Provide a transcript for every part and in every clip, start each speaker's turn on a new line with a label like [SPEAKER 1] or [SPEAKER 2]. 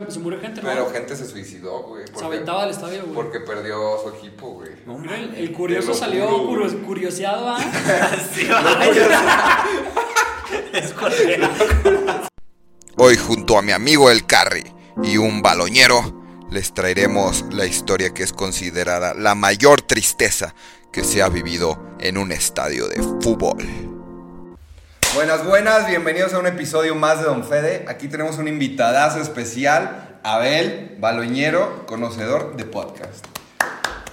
[SPEAKER 1] pues se murió gente, ¿no?
[SPEAKER 2] Pero gente se suicidó, güey.
[SPEAKER 1] se
[SPEAKER 2] porque-
[SPEAKER 1] aventaba al estadio, güey.
[SPEAKER 2] Porque perdió su equipo, güey.
[SPEAKER 3] No
[SPEAKER 1] Mira, el,
[SPEAKER 3] mames.
[SPEAKER 1] el curioso
[SPEAKER 2] Te lo
[SPEAKER 1] salió
[SPEAKER 2] juro,
[SPEAKER 1] curio-
[SPEAKER 2] güey.
[SPEAKER 1] curioseado, ¿ah?
[SPEAKER 3] Sí, vaya. Es correcto.
[SPEAKER 2] Hoy junto a mi amigo El Carri y un baloñero les traeremos la historia que es considerada la mayor tristeza que se ha vivido en un estadio de fútbol. Buenas, buenas, bienvenidos a un episodio más de Don Fede. Aquí tenemos un invitadazo especial, Abel, baloñero, conocedor de podcast.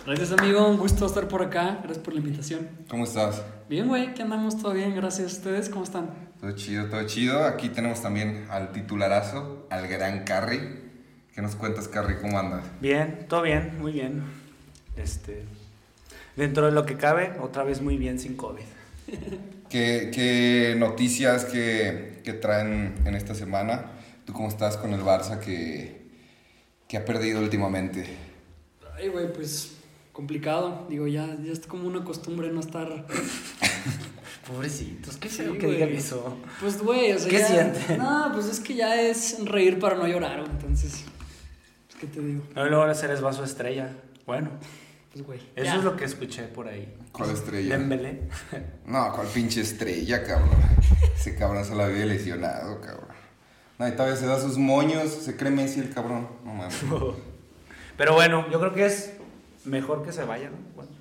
[SPEAKER 1] Gracias, amigo. Un gusto estar por acá. Gracias por la invitación.
[SPEAKER 2] ¿Cómo estás?
[SPEAKER 1] Bien, güey. ¿Qué andamos? ¿Todo bien? Gracias. ¿Ustedes cómo están?
[SPEAKER 2] Todo chido, todo chido. Aquí tenemos también al titularazo, al gran Carri. ¿Qué nos cuentas, Carri? ¿Cómo andas?
[SPEAKER 3] Bien, todo bien, muy bien. Este. Dentro de lo que cabe, otra vez muy bien sin COVID.
[SPEAKER 2] ¿Qué, qué noticias que, que traen en esta semana? ¿Tú cómo estás con el Barça que, que ha perdido últimamente?
[SPEAKER 1] Ay, güey, pues complicado. Digo, ya, ya es como una costumbre no estar.
[SPEAKER 3] Pobrecitos, qué
[SPEAKER 1] Sí,
[SPEAKER 3] feo que
[SPEAKER 1] güey.
[SPEAKER 3] digan eso.
[SPEAKER 1] Pues, güey, o sea.
[SPEAKER 3] ¿Qué
[SPEAKER 1] ya-
[SPEAKER 3] sienten?
[SPEAKER 1] No, pues es que ya es reír para no llorar, güey, entonces. Pues, ¿qué te digo?
[SPEAKER 3] No, y luego ahora eres vaso estrella. Bueno,
[SPEAKER 1] Pues, güey.
[SPEAKER 3] eso es lo que escuché por ahí.
[SPEAKER 2] ¿Cuál estrella?
[SPEAKER 3] Dembélé.
[SPEAKER 2] No, ¿cuál pinche estrella, cabrón? Ese cabrón se la vive lesionado, cabrón. No, y todavía se da sus moños, se cree Messi el cabrón. No mames.
[SPEAKER 3] Pero bueno, yo creo que es mejor que se vaya, ¿no? Bueno.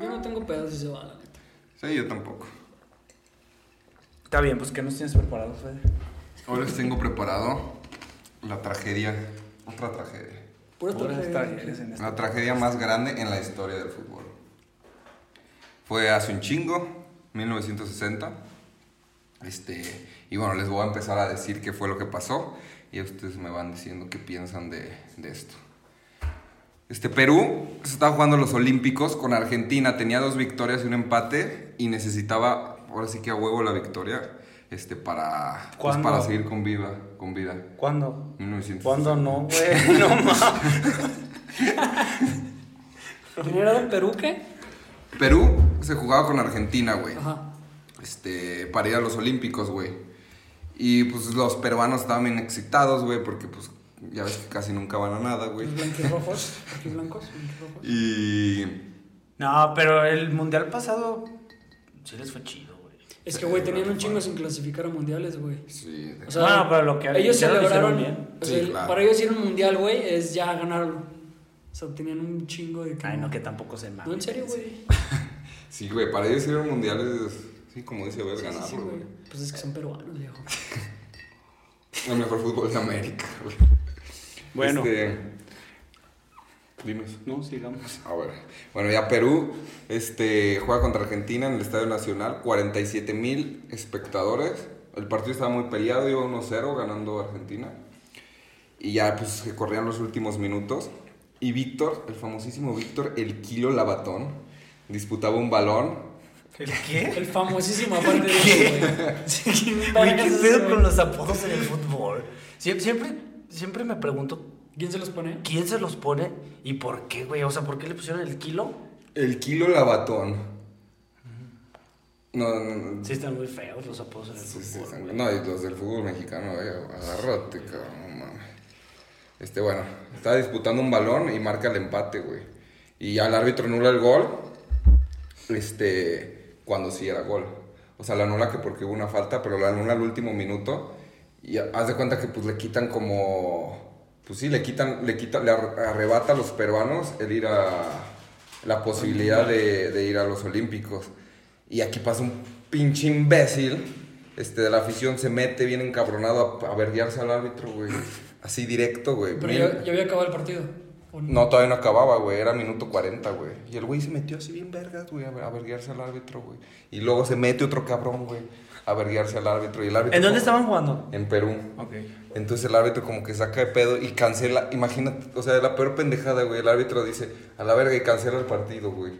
[SPEAKER 1] Yo no tengo pedos si se va, la neta.
[SPEAKER 2] Sí, yo tampoco.
[SPEAKER 3] Está bien, pues ¿qué nos tienes preparados, Fede?
[SPEAKER 2] Hoy les tengo preparado la tragedia, otra tragedia.
[SPEAKER 1] Puro
[SPEAKER 3] Puras
[SPEAKER 1] tragedia.
[SPEAKER 3] tragedias en este-
[SPEAKER 2] La tragedia más grande en la historia del fútbol. Fue hace un chingo, 1960. Este, y bueno, les voy a empezar a decir qué fue lo que pasó y ustedes me van diciendo qué piensan de, de esto. Este Perú se estaba jugando los Olímpicos con Argentina, tenía dos victorias y un empate y necesitaba, ahora sí que a huevo la victoria, este, para, pues,
[SPEAKER 3] ¿Cuándo?
[SPEAKER 2] para seguir con, viva, con vida.
[SPEAKER 3] ¿Cuándo?
[SPEAKER 2] 1960.
[SPEAKER 3] ¿Cuándo no, güey? No mames.
[SPEAKER 1] ¿Quién era de Perú, qué?
[SPEAKER 2] Perú se jugaba con Argentina, güey.
[SPEAKER 1] Ajá.
[SPEAKER 2] este, para ir a los Olímpicos, güey. Y pues los peruanos estaban bien excitados, güey, porque pues ya ves que casi nunca van a nada, güey.
[SPEAKER 1] Los blanquirrojos. Los blancos, blancirrojos.
[SPEAKER 2] Y
[SPEAKER 3] No, pero el mundial pasado sí les fue chido, güey.
[SPEAKER 1] Es que, güey, tenían un chingo sin clasificar a mundiales, güey.
[SPEAKER 2] sí, de-
[SPEAKER 1] O sea,
[SPEAKER 3] Bueno, pero lo que
[SPEAKER 1] ellos
[SPEAKER 3] ya lo
[SPEAKER 1] celebraron.
[SPEAKER 3] hicieron bien.
[SPEAKER 1] o sea,
[SPEAKER 2] Sí,
[SPEAKER 1] el-
[SPEAKER 2] claro.
[SPEAKER 1] Para ellos ir a un mundial, güey, es ya ganarlo. O sea, tenían un chingo de.
[SPEAKER 3] Ay, no, que tampoco se mamen.
[SPEAKER 1] No, en serio, güey.
[SPEAKER 2] sí, güey, para ellos ir a mundiales, sí, como dice, ver
[SPEAKER 1] Sí, sí,
[SPEAKER 2] ganarlo,
[SPEAKER 1] sí,
[SPEAKER 2] güey.
[SPEAKER 1] güey. Pues es que son peruanos, viejo.
[SPEAKER 2] El mejor fútbol de América, güey.
[SPEAKER 3] Bueno.
[SPEAKER 2] Este, dinos.
[SPEAKER 3] No, sigamos.
[SPEAKER 2] A ver. Bueno, ya Perú este, juega contra Argentina en el Estadio Nacional. 47 mil espectadores. El partido estaba muy peleado, iba 1-0 ganando Argentina. Y ya pues que corrían los últimos minutos. Y Víctor, el famosísimo Víctor, el kilo lavatón, disputaba un balón.
[SPEAKER 3] ¿El qué?
[SPEAKER 1] El famosísimo, aparte de
[SPEAKER 3] ¿Qué?
[SPEAKER 1] eso, güey. Sí, ¿quién
[SPEAKER 3] Güey,
[SPEAKER 1] vergas
[SPEAKER 3] ¿qué
[SPEAKER 1] es ese,
[SPEAKER 3] pedo con
[SPEAKER 1] güey?
[SPEAKER 3] los apodos en el fútbol? Sie- Siempre, siempre me pregunto
[SPEAKER 1] ¿Quién se los pone?
[SPEAKER 3] quién se los pone y por qué, güey. O sea, ¿por qué le pusieron el kilo?
[SPEAKER 2] El kilo lavatón. No, no, no.
[SPEAKER 3] Sí, están muy feos los apodos en el
[SPEAKER 2] Sí, sí,
[SPEAKER 3] fútbol.
[SPEAKER 2] sí.
[SPEAKER 3] güey.
[SPEAKER 2] No, y los del fútbol mexicano, eh, agárrate, cabrón, no mames. Este, bueno, estaba disputando un balón y marca el empate, güey. Y ya el árbitro anula el gol, este, cuando sí era gol. O sea, lo anula que porque hubo una falta, pero lo anula al último minuto. Y haz de cuenta que pues le quitan como... Pues sí, le quitan, le quitan, le ar- arrebata a los peruanos el ir a... La posibilidad de, de ir a los Olímpicos. Y aquí pasa un pinche imbécil este, de la afición, se mete bien encabronado a, a verguearse al árbitro, güey. Así directo, güey.
[SPEAKER 1] Pero
[SPEAKER 2] Mil-
[SPEAKER 1] ya, ya había acabado el partido. ¿o
[SPEAKER 2] No, todavía no acababa, güey. Era minuto 40, güey. Y el güey se metió así bien vergas, güey, a, ver- a verguearse al árbitro, güey. Y luego se mete otro cabrón, güey, a verguearse al árbitro. Y el árbitro
[SPEAKER 3] ¿En
[SPEAKER 2] como-
[SPEAKER 3] dónde estaban jugando?
[SPEAKER 2] En Perú.
[SPEAKER 3] Ok.
[SPEAKER 2] Entonces el árbitro como que saca de pedo y cancela. Imagínate, o sea, la peor pendejada, güey. El árbitro dice, a la verga y cancela el partido, güey.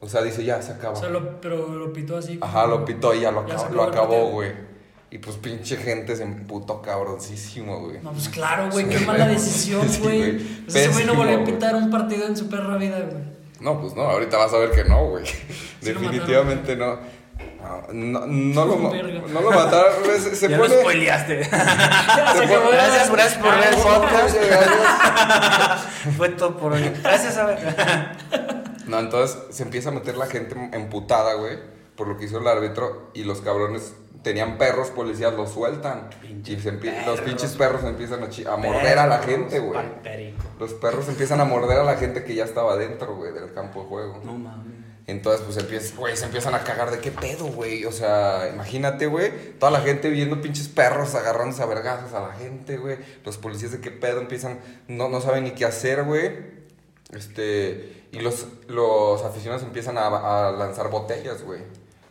[SPEAKER 2] O sea, dice, ya, se acaba.
[SPEAKER 1] O sea, lo- pero lo pitó así.
[SPEAKER 2] Ajá, lo pitó y ya lo,
[SPEAKER 1] Ya
[SPEAKER 2] acabó-
[SPEAKER 1] se
[SPEAKER 2] lo
[SPEAKER 1] acabó el partido.
[SPEAKER 2] acabó, güey. Y pues pinche gente se emputó cabroncísimo, güey.
[SPEAKER 1] No, pues claro, güey,
[SPEAKER 2] Sí,
[SPEAKER 1] qué
[SPEAKER 2] güey.
[SPEAKER 1] mala decisión,
[SPEAKER 2] Sí,
[SPEAKER 1] güey.
[SPEAKER 2] güey.
[SPEAKER 1] O sea, ese güey no volvió a
[SPEAKER 2] Pésimo,
[SPEAKER 1] pitar un partido en su perra vida, güey.
[SPEAKER 2] No, pues no, ahorita vas a ver que no, güey.
[SPEAKER 1] lo
[SPEAKER 2] Definitivamente no. No, no, no lo, ma-
[SPEAKER 1] Verga.
[SPEAKER 2] no lo mataron. güey, Se, se
[SPEAKER 3] ya
[SPEAKER 2] pone.
[SPEAKER 3] lo spoileaste.
[SPEAKER 2] se
[SPEAKER 1] acabó.
[SPEAKER 2] pone- Ah,
[SPEAKER 3] gracias, gracias por ver el podcast.
[SPEAKER 2] Oye, gracias.
[SPEAKER 3] Fue todo por hoy. Gracias, a ver.
[SPEAKER 2] No, entonces se empieza a meter la gente emputada, güey, por lo que hizo el árbitro. Y los cabrones tenían perros policías, los sueltan.
[SPEAKER 3] Pinches
[SPEAKER 2] y se empie-
[SPEAKER 3] perros.
[SPEAKER 2] los pinches perros empiezan a, chi- a morder a la gente, güey.
[SPEAKER 3] Pal perico.
[SPEAKER 2] Los perros empiezan a morder a la gente que ya estaba adentro, güey, del campo de juego.
[SPEAKER 3] No mames.
[SPEAKER 2] Entonces, pues empiezas, güey, se empiezan a cagar de qué pedo, güey. O sea, imagínate, güey, toda la gente viendo pinches perros agarrándose a vergazos a la gente, güey. Los policías de qué pedo empiezan, no, no saben ni qué hacer, güey. Este, y los, los aficionados empiezan a, a lanzar botellas, güey.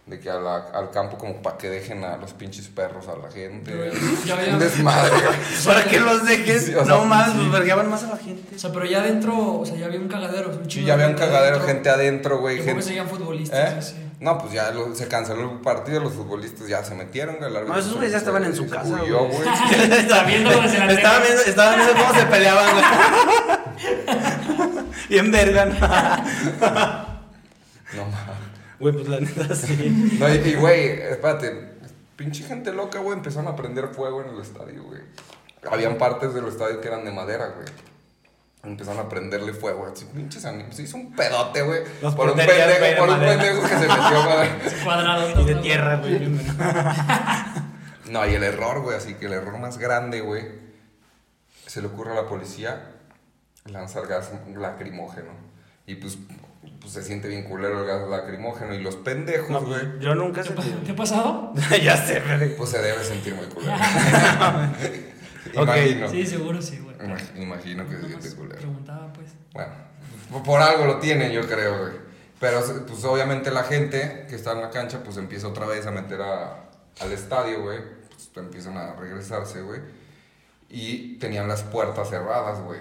[SPEAKER 2] De que a la- al campo como para que dejen a los pinches perros a la gente.
[SPEAKER 1] Pero
[SPEAKER 2] güey.
[SPEAKER 1] ya había-
[SPEAKER 2] Un desmadre, güey.
[SPEAKER 3] Para que los dejes.
[SPEAKER 2] Sí, o sea,
[SPEAKER 3] no mames, pues vergaban más a la gente.
[SPEAKER 1] O sea, pero ya adentro, o sea, ya había un cagadero. Un
[SPEAKER 2] Sí,
[SPEAKER 1] chingo
[SPEAKER 2] ya
[SPEAKER 1] de
[SPEAKER 2] habían cagadero,
[SPEAKER 1] adentro.
[SPEAKER 2] gente adentro, güey.
[SPEAKER 1] Yo creo que
[SPEAKER 2] gente-
[SPEAKER 1] seguían
[SPEAKER 2] ¿Eh?
[SPEAKER 1] futbolistas. así.
[SPEAKER 2] No, pues ya lo- se canceló el partido, los futbolistas ya se metieron. güey, el árbitro
[SPEAKER 3] esos
[SPEAKER 2] se-
[SPEAKER 3] güeyes ya estaban en
[SPEAKER 2] se-
[SPEAKER 3] su
[SPEAKER 2] se
[SPEAKER 3] casa,
[SPEAKER 2] huyó,
[SPEAKER 3] güey.
[SPEAKER 2] güey.
[SPEAKER 1] Estaba viendo cómo se la
[SPEAKER 3] Estaban
[SPEAKER 1] tele.
[SPEAKER 3] viendo, estaban viendo cómo se peleaban, güey. Bien vergan.
[SPEAKER 2] No mames.
[SPEAKER 3] Güey, pues la neta sí.
[SPEAKER 2] No, y- y güey, espérate. Pinche gente loca, güey, empezaron a prender fuego en el estadio, güey. Habían partes del estadio que eran de madera, güey. Empezaron a prenderle fuego. Así, pinches anim- Se hizo un pedote, güey.
[SPEAKER 3] Las
[SPEAKER 2] Por un
[SPEAKER 3] porterías, güey, de
[SPEAKER 2] pendejo, por un
[SPEAKER 3] madera.
[SPEAKER 2] pendejo que se metió, güey.
[SPEAKER 1] Cuadrado.
[SPEAKER 3] Y
[SPEAKER 1] todo,
[SPEAKER 3] de
[SPEAKER 1] güey.
[SPEAKER 3] tierra, güey.
[SPEAKER 2] No, y el error, güey, así que el error más grande, güey, se le ocurre a la policía lanzar gas lacrimógeno. Y pues, pues se siente bien culero el gas lacrimógeno. Y los
[SPEAKER 3] No,
[SPEAKER 2] pendejos, güey,
[SPEAKER 3] yo nunca
[SPEAKER 1] ¿Te
[SPEAKER 3] sé.
[SPEAKER 1] pa- ¿Te ha pasado?
[SPEAKER 3] ya sé, verga.
[SPEAKER 2] pues se debe sentir muy culero.
[SPEAKER 3] Ok,
[SPEAKER 2] imagino,
[SPEAKER 1] Sí, seguro sí, güey.
[SPEAKER 2] Ima- imagino que se
[SPEAKER 1] Nomás
[SPEAKER 2] siente culero.
[SPEAKER 1] Preguntaba, pues.
[SPEAKER 2] Bueno, por- por algo lo tienen, yo creo, güey. Pero pues obviamente la gente que está en la cancha, pues empieza otra vez a meter a- al estadio, güey. Pues empiezan a regresarse, güey. Y tenían las puertas cerradas, güey.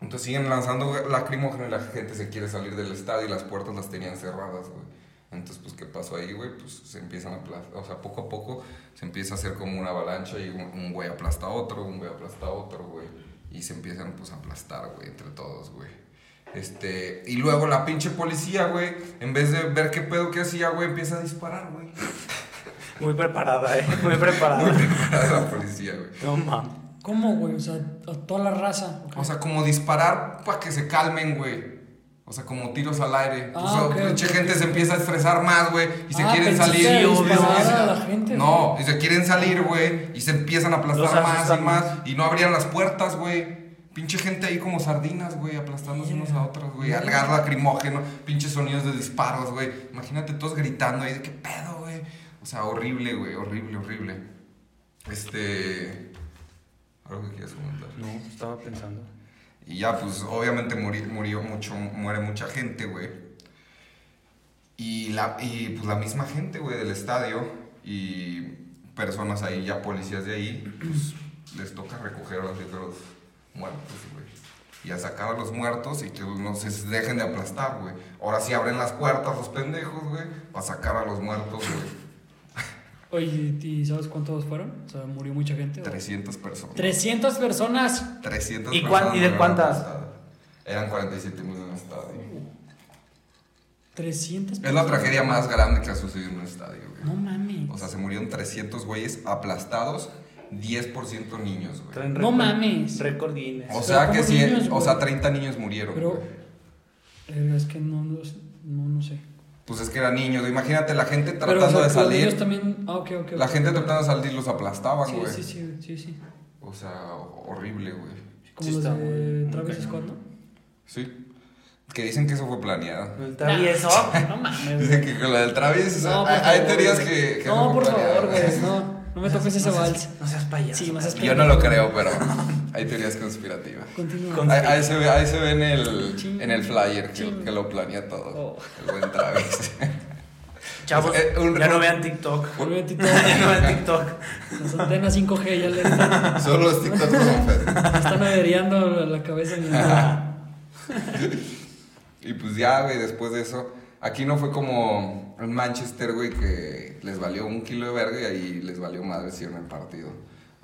[SPEAKER 2] Entonces siguen lanzando lacrimógeno y la gente se quiere salir del estadio y las puertas las tenían cerradas, güey. Entonces, pues, ¿qué pasó ahí, güey? Pues se empiezan a aplastar, o sea, poco a poco se empieza a hacer como una avalancha y un, un güey aplasta a otro, un güey aplasta a otro, güey. Y se empiezan, pues, a aplastar, güey, entre todos, güey. Este, y luego la pinche policía, güey, en vez de ver qué pedo que hacía, güey, empieza a disparar, güey.
[SPEAKER 3] Muy preparada, eh. Muy preparada.
[SPEAKER 2] la policía, güey.
[SPEAKER 3] No mames.
[SPEAKER 1] ¿Cómo, güey? O sea, a toda la raza. ¿o qué?
[SPEAKER 2] O sea, como disparar para que se calmen, güey. O sea, como tiros al aire.
[SPEAKER 1] Ah,
[SPEAKER 2] o sea,
[SPEAKER 1] ok,
[SPEAKER 2] mucha
[SPEAKER 1] ok,
[SPEAKER 2] gente
[SPEAKER 1] ok.
[SPEAKER 2] se empieza a estresar más, güey. Y se
[SPEAKER 1] Ah,
[SPEAKER 2] quieren
[SPEAKER 1] pensé
[SPEAKER 2] salir.
[SPEAKER 1] que
[SPEAKER 2] Y se-
[SPEAKER 1] disparaba a la gente,
[SPEAKER 2] no, y se quieren salir, güey. Y se empiezan a aplastar
[SPEAKER 3] Los
[SPEAKER 2] más y
[SPEAKER 3] asustan
[SPEAKER 2] más. Y no abrían las puertas, güey. Pinche gente ahí como sardinas, güey, aplastándose
[SPEAKER 1] Yeah.
[SPEAKER 2] unos a otros, güey. Al gas lacrimógeno, pinches sonidos de disparos, güey. Imagínate todos gritando ahí de qué pedo, güey. O sea, horrible, güey, horrible, horrible. Este. ¿Algo que quieras comentar?
[SPEAKER 3] No, estaba pensando.
[SPEAKER 2] Y ya, pues, obviamente muri- murió mucho, muere mucha gente, güey. Y, la, y pues la misma gente, güey, del estadio y personas ahí, ya policías de ahí, pues les toca recoger a los otros muertos, güey. Y a sacar a los muertos y que no se dejen de aplastar, güey. Ahora sí abren las puertas los pendejos, güey, para sacar a los muertos, güey.
[SPEAKER 1] Oye, ¿y sabes cuántos fueron? O sea, murió mucha gente. o-
[SPEAKER 2] 300 personas.
[SPEAKER 1] 300 personas.
[SPEAKER 2] 300
[SPEAKER 3] ¿Y cuán-
[SPEAKER 2] personas
[SPEAKER 3] y de
[SPEAKER 2] murieron
[SPEAKER 3] cuántas?
[SPEAKER 2] aplastadas. Eran 47 mil en el estadio.
[SPEAKER 1] 300
[SPEAKER 2] Es la
[SPEAKER 1] personas.
[SPEAKER 2] tragedia más grande que ha sucedido en un estadio, güey.
[SPEAKER 1] No mames.
[SPEAKER 2] O sea, se murieron 300 güeyes aplastados, 10% niños, güey.
[SPEAKER 3] Traen
[SPEAKER 1] No
[SPEAKER 3] récord-
[SPEAKER 1] mames.
[SPEAKER 3] Récord Guinness.
[SPEAKER 2] O
[SPEAKER 1] Pero
[SPEAKER 2] sea que
[SPEAKER 1] ¿cómo
[SPEAKER 2] sí,
[SPEAKER 1] niños,
[SPEAKER 2] o
[SPEAKER 1] güey?
[SPEAKER 2] sea, 30 niños murieron,
[SPEAKER 1] Pero.
[SPEAKER 2] güey.
[SPEAKER 1] eh, Es que no, no, sé- no, no sé.
[SPEAKER 2] Pues es que eran niños, güey. imagínate la gente
[SPEAKER 1] Pero,
[SPEAKER 2] tratando
[SPEAKER 1] o sea,
[SPEAKER 2] de
[SPEAKER 1] los niños
[SPEAKER 2] salir.
[SPEAKER 1] también. Ah, ok, ok.
[SPEAKER 2] La
[SPEAKER 1] ok.
[SPEAKER 2] gente tratando de salir los aplastaban,
[SPEAKER 1] Sí,
[SPEAKER 2] güey.
[SPEAKER 1] sí, sí, sí, sí.
[SPEAKER 2] O sea, horrible, güey.
[SPEAKER 1] Como
[SPEAKER 3] Sí
[SPEAKER 1] los
[SPEAKER 3] está muy-
[SPEAKER 1] de
[SPEAKER 3] muy
[SPEAKER 1] Travis
[SPEAKER 3] cañón.
[SPEAKER 1] Scott, ¿no?
[SPEAKER 2] Sí. Que dicen que eso fue planeado.
[SPEAKER 3] El travieso.
[SPEAKER 1] No mames.
[SPEAKER 2] Dicen que con la del Travis,
[SPEAKER 1] No, por
[SPEAKER 2] hay, hay
[SPEAKER 1] favor,
[SPEAKER 2] teorías
[SPEAKER 1] güey.
[SPEAKER 2] que, que
[SPEAKER 1] No,
[SPEAKER 2] eso fue
[SPEAKER 1] por
[SPEAKER 2] planeado.
[SPEAKER 1] favor, güey. No, no me toques ese
[SPEAKER 3] No seas-
[SPEAKER 1] vals.
[SPEAKER 3] No seas payaso.
[SPEAKER 1] Sí, no seas
[SPEAKER 2] Yo no lo creo, pero hay teorías conspirativas.
[SPEAKER 1] Continúa.
[SPEAKER 3] Con-
[SPEAKER 2] Ahí, ahí se ve, ahí se ve en, el,
[SPEAKER 1] Ching.
[SPEAKER 2] en el flyer que,
[SPEAKER 1] Ching.
[SPEAKER 2] que lo planea todo.
[SPEAKER 1] Oh.
[SPEAKER 2] El buen Travis.
[SPEAKER 3] Chavos,
[SPEAKER 2] Eh, un-
[SPEAKER 3] ya no vean TikTok.
[SPEAKER 1] Vuelve a ti todo.
[SPEAKER 3] ya no vean TikTok.
[SPEAKER 1] Las antenas 5G ya le están,
[SPEAKER 2] Solo los TikToks son fe.
[SPEAKER 1] le están averiando la la cabeza.
[SPEAKER 2] Y pues ya, güey, después de eso. Aquí no fue como en Manchester, güey, que les valió un kilo de verga y ahí les valió madre, hicieron el partido.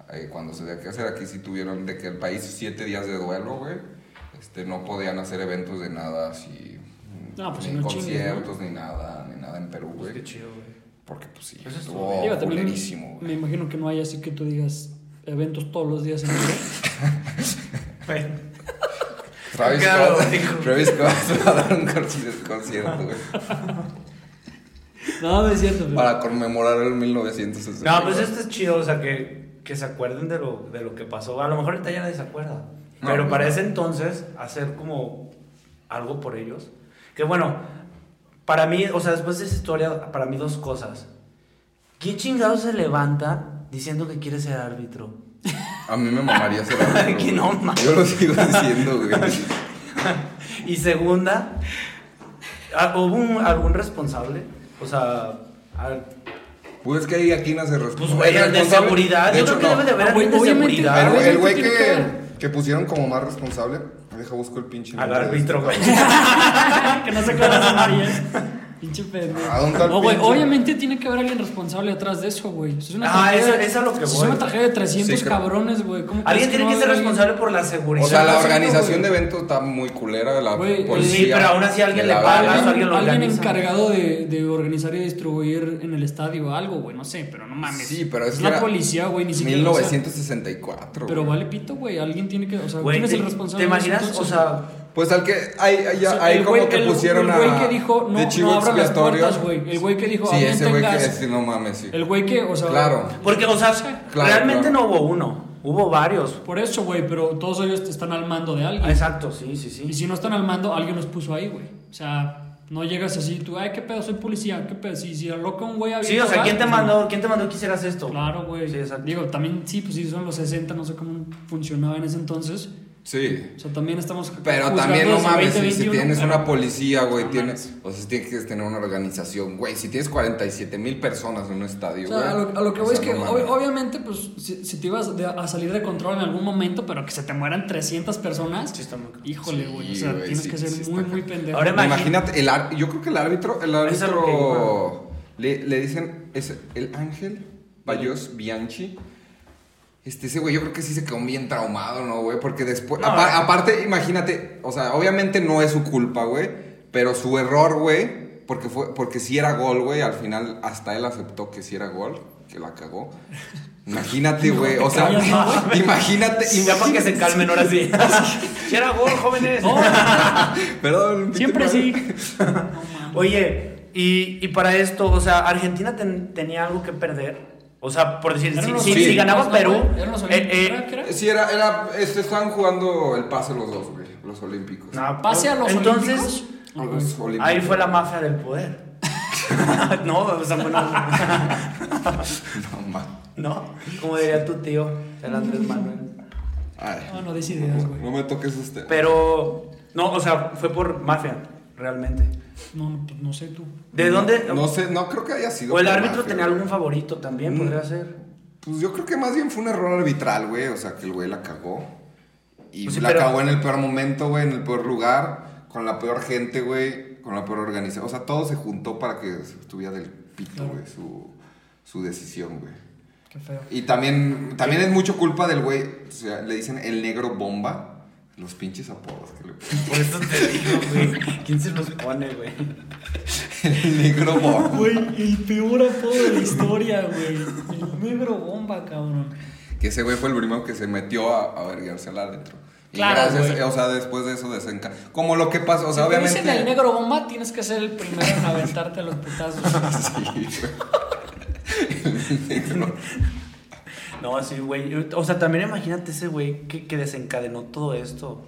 [SPEAKER 2] Ahí cuando se había que hacer, aquí sí tuvieron de que el país siete días de duelo, güey. Este, no podían hacer eventos de nada así.
[SPEAKER 1] No, pues,
[SPEAKER 2] ni
[SPEAKER 1] si no chingues,
[SPEAKER 2] conciertos, ni nada, ni nada en Perú, güey.
[SPEAKER 3] Qué chido, güey.
[SPEAKER 2] Porque pues sí,
[SPEAKER 3] Eso estuvo
[SPEAKER 2] estuvo
[SPEAKER 1] Digo, también
[SPEAKER 2] culerísimo, güey.
[SPEAKER 1] me imagino que no hay así que tú digas eventos todos los días en el
[SPEAKER 3] Bueno,
[SPEAKER 2] Travis
[SPEAKER 3] Claro,
[SPEAKER 2] Scott,
[SPEAKER 3] dijo.
[SPEAKER 2] Travis Scott va a dar un conci- concierto, güey.
[SPEAKER 1] No, no es cierto. pero-
[SPEAKER 2] Para conmemorar el 1960.
[SPEAKER 3] No, pues esto es chido, o sea, que, que se acuerden de lo, de lo que pasó. A lo mejor ahorita ya nadie se acuerda.
[SPEAKER 2] No,
[SPEAKER 3] pero
[SPEAKER 2] pues
[SPEAKER 3] para
[SPEAKER 2] no.
[SPEAKER 3] ese entonces, hacer como algo por ellos. Que bueno, para mí, o sea, después de esa historia, para mí dos cosas. ¿Qué chingado se levanta diciendo que quiere ser árbitro?
[SPEAKER 2] A mí me mamaría ser árbitro,
[SPEAKER 3] Que no,
[SPEAKER 2] güey.
[SPEAKER 3] ma.
[SPEAKER 2] Yo lo sigo diciendo, güey.
[SPEAKER 3] Y segunda, ¿ah, ¿hubo un- algún responsable? O sea, al-
[SPEAKER 2] Pues es que ahí aquí nace responsable.
[SPEAKER 3] pues güey, el de
[SPEAKER 2] responsable-
[SPEAKER 3] seguridad.
[SPEAKER 2] de
[SPEAKER 3] Yo
[SPEAKER 2] hecho,
[SPEAKER 3] creo que
[SPEAKER 2] no.
[SPEAKER 3] debe de haber
[SPEAKER 1] No, güey,
[SPEAKER 3] alguien de
[SPEAKER 1] obviamente,
[SPEAKER 2] El
[SPEAKER 3] seguridad.
[SPEAKER 1] pero-
[SPEAKER 2] güey- El güey
[SPEAKER 1] Tiene que
[SPEAKER 2] que,
[SPEAKER 1] haber.
[SPEAKER 2] que pusieron como más responsable. Deja busco el pinche.
[SPEAKER 3] Al
[SPEAKER 2] nombre de este
[SPEAKER 3] árbitro, güey.
[SPEAKER 2] cabrón.
[SPEAKER 1] que no se aclara su María. Pinche pendejo.
[SPEAKER 2] ¿A dónde está el
[SPEAKER 1] No, güey,
[SPEAKER 2] pinche?
[SPEAKER 1] obviamente tiene que haber alguien responsable atrás de eso, güey. Eso Es una
[SPEAKER 3] Ah,
[SPEAKER 1] tragedia-
[SPEAKER 3] eso- eso es lo que
[SPEAKER 1] eso
[SPEAKER 3] voy.
[SPEAKER 1] Es una tragedia de 300
[SPEAKER 2] Sí, creo.
[SPEAKER 1] cabrones, güey. ¿Cómo crees
[SPEAKER 3] Alguien tiene
[SPEAKER 1] no
[SPEAKER 3] que
[SPEAKER 1] va
[SPEAKER 3] ser
[SPEAKER 1] a haber alguien?
[SPEAKER 3] responsable por la seguridad.
[SPEAKER 2] O sea, la
[SPEAKER 1] Exacto,
[SPEAKER 2] organización de
[SPEAKER 1] güey.
[SPEAKER 2] eventos está muy culera. La
[SPEAKER 1] Güey,
[SPEAKER 2] policía.
[SPEAKER 1] sí,
[SPEAKER 3] pero aún así alguien
[SPEAKER 2] de la
[SPEAKER 3] le paga,
[SPEAKER 2] verga.
[SPEAKER 3] o sea, alguien lo
[SPEAKER 1] Alguien
[SPEAKER 3] organiza.
[SPEAKER 1] encargado de, de organizar y distribuir en el estadio algo, güey. No sé, pero no mames.
[SPEAKER 2] Sí, pero es
[SPEAKER 1] es
[SPEAKER 2] que
[SPEAKER 1] la
[SPEAKER 2] era
[SPEAKER 1] policía, güey. Ni siquiera. o sea,
[SPEAKER 2] 1964.
[SPEAKER 1] pero
[SPEAKER 2] güey.
[SPEAKER 1] vale pito, güey. Alguien tiene que. O sea,
[SPEAKER 3] Güey,
[SPEAKER 1] ¿quién es
[SPEAKER 3] ¿te-
[SPEAKER 1] el responsable?
[SPEAKER 3] ¿Te
[SPEAKER 1] de eso
[SPEAKER 3] imaginas? O
[SPEAKER 1] entonces?
[SPEAKER 3] sea,
[SPEAKER 2] Pues al que. Ahí, ahí,
[SPEAKER 1] O sea,
[SPEAKER 2] ahí
[SPEAKER 1] el
[SPEAKER 2] como
[SPEAKER 1] güey-
[SPEAKER 2] que
[SPEAKER 1] el-
[SPEAKER 2] pusieron
[SPEAKER 1] el güey
[SPEAKER 2] a.
[SPEAKER 1] que dijo, no,
[SPEAKER 2] de chivo
[SPEAKER 1] no abran las
[SPEAKER 2] expiatorio.
[SPEAKER 1] puertas, güey. El güey que dijo,
[SPEAKER 2] Sí, ese güey que
[SPEAKER 1] "Avienten gas".
[SPEAKER 2] es, no mames. Sí.
[SPEAKER 1] El güey que, o sea.
[SPEAKER 2] Claro.
[SPEAKER 3] Porque, o sea,
[SPEAKER 2] Claro,
[SPEAKER 3] realmente
[SPEAKER 2] claro.
[SPEAKER 3] no hubo uno, hubo varios.
[SPEAKER 1] Por eso, güey, pero todos ellos están al mando de alguien.
[SPEAKER 3] Exacto, sí, sí,
[SPEAKER 1] Y
[SPEAKER 3] sí.
[SPEAKER 1] si no están al mando, alguien los puso ahí, güey. O sea, no llegas así, tú, ay, qué pedo, soy policía, qué pedo. Si, si loca un güey
[SPEAKER 3] Sí,
[SPEAKER 1] avienta
[SPEAKER 3] o sea, ¿quién te
[SPEAKER 1] gas, pues,
[SPEAKER 3] mandó, quién te mandó que hicieras esto?
[SPEAKER 1] Claro, güey.
[SPEAKER 3] Sí, exacto.
[SPEAKER 1] Digo, también, sí, pues sí, son los 60, no sé cómo funcionaba en ese entonces.
[SPEAKER 2] Sí.
[SPEAKER 1] O sea, también estamos.
[SPEAKER 2] Pero
[SPEAKER 1] juzgando
[SPEAKER 2] también no
[SPEAKER 1] desde
[SPEAKER 2] mames, si-
[SPEAKER 1] 20,
[SPEAKER 2] si
[SPEAKER 1] 21,
[SPEAKER 2] tienes
[SPEAKER 1] pero-
[SPEAKER 2] una policía, güey,
[SPEAKER 1] No
[SPEAKER 2] tienes, o sea, si tienes que tener una organización, güey, si tienes 47 mil personas en un estadio,
[SPEAKER 1] O
[SPEAKER 2] güey.
[SPEAKER 1] sea, a lo, a lo que
[SPEAKER 2] o
[SPEAKER 1] voy
[SPEAKER 2] sea,
[SPEAKER 1] es que
[SPEAKER 2] no
[SPEAKER 1] ob-
[SPEAKER 2] mames.
[SPEAKER 1] obviamente, pues, si, si te ibas de- a salir de control en algún momento, pero que se te mueran 300 personas,
[SPEAKER 3] Sí, está muy cabrón.
[SPEAKER 1] híjole,
[SPEAKER 2] Sí,
[SPEAKER 1] güey, o sea,
[SPEAKER 2] güey,
[SPEAKER 1] tienes
[SPEAKER 2] sí,
[SPEAKER 1] que ser
[SPEAKER 2] sí está
[SPEAKER 1] muy,
[SPEAKER 2] cabrón.
[SPEAKER 1] muy pendejo.
[SPEAKER 3] Ahora imagina-
[SPEAKER 2] Imagínate, el ar- yo creo que el árbitro, el
[SPEAKER 3] Eso es lo que
[SPEAKER 2] árbitro, le, le dicen, es el Ángel Bayos Bianchi. Este, ese güey, yo creo que sí se quedó bien traumado, ¿no, güey? Porque después,
[SPEAKER 3] No, eh.
[SPEAKER 2] apa-
[SPEAKER 3] no.
[SPEAKER 2] aparte, imagínate, o sea, obviamente no es su culpa, güey, pero su error, güey, porque fue, porque sí era gol, güey, al final hasta él aceptó que sí era gol, que la cagó. Imagínate, güey, o sea,
[SPEAKER 1] calles, no,
[SPEAKER 2] imagínate,
[SPEAKER 3] Ya para que
[SPEAKER 2] imagínate.
[SPEAKER 3] se calmen ahora sí. Si era gol, jóvenes.
[SPEAKER 2] Perdón.
[SPEAKER 1] Siempre sí.
[SPEAKER 3] Oye, y, y para esto, o sea, Argentina ten- tenía algo que perder. O sea, por decir,
[SPEAKER 1] Eran
[SPEAKER 3] si,
[SPEAKER 1] los
[SPEAKER 3] si- si
[SPEAKER 2] Olímpicos,
[SPEAKER 3] ganaba
[SPEAKER 1] ¿no,
[SPEAKER 3] Perú,
[SPEAKER 1] güey? Eran los
[SPEAKER 3] eh,
[SPEAKER 1] Olímpicos,
[SPEAKER 3] eh,
[SPEAKER 1] ¿verdad que era?
[SPEAKER 2] Sí, era, era, este, estaban jugando el pase los dos, güey, los olímpicos.
[SPEAKER 3] no,
[SPEAKER 1] Pase a los
[SPEAKER 3] entonces,
[SPEAKER 1] Olímpicos.
[SPEAKER 2] Los olímpicos.
[SPEAKER 3] Ah, Ahí fue la mafia del poder. no, o sea, bueno,
[SPEAKER 2] No, ma.
[SPEAKER 3] no, como diría tu tío, el Andrés Manuel.
[SPEAKER 2] Ay.
[SPEAKER 1] No, no des ideas, güey.
[SPEAKER 2] No me toques este. usted.
[SPEAKER 3] Pero, no, o sea, fue por mafia, realmente.
[SPEAKER 1] No, no, pues, no sé tú.
[SPEAKER 3] ¿De dónde?
[SPEAKER 2] No sé, no creo que haya sido.
[SPEAKER 3] o el
[SPEAKER 2] por
[SPEAKER 3] árbitro
[SPEAKER 2] mafia,
[SPEAKER 3] tenía
[SPEAKER 2] güey.
[SPEAKER 3] algún favorito también,
[SPEAKER 2] Mm.
[SPEAKER 3] podría ser.
[SPEAKER 2] Pues yo creo que más bien fue un error arbitral, güey. O sea, que el güey la cagó. Y
[SPEAKER 3] Pues sí,
[SPEAKER 2] la
[SPEAKER 3] pero-
[SPEAKER 2] cagó en el peor momento, güey, en el peor lugar, con la peor gente, güey, con la peor organización. O sea, todo se juntó para que estuviera del pito,
[SPEAKER 1] Claro.
[SPEAKER 2] güey, su, su decisión, güey.
[SPEAKER 1] Qué feo.
[SPEAKER 2] Y también, también es mucho culpa del güey, o sea, le dicen el negro bomba. Los pinches apodos que le ponen.
[SPEAKER 3] Por eso te digo, güey. ¿Quién se los pone, güey?
[SPEAKER 2] El negro bomba.
[SPEAKER 1] Güey, el peor apodo de la historia, güey. El negro bomba, cabrón.
[SPEAKER 2] Que ese güey fue el primero que se metió a, a verguearse al árbitro. Y
[SPEAKER 1] Claro,
[SPEAKER 2] gracias,
[SPEAKER 1] güey.
[SPEAKER 2] o sea, después de eso desenca. Como lo que pasó, o sea,
[SPEAKER 1] si te
[SPEAKER 2] obviamente.
[SPEAKER 1] dicen el negro bomba, tienes que ser el primero en aventarte a los putazos.
[SPEAKER 2] Sí, güey. El negro.
[SPEAKER 3] No, sí, güey. O sea, también imagínate ese güey que, que desencadenó todo esto.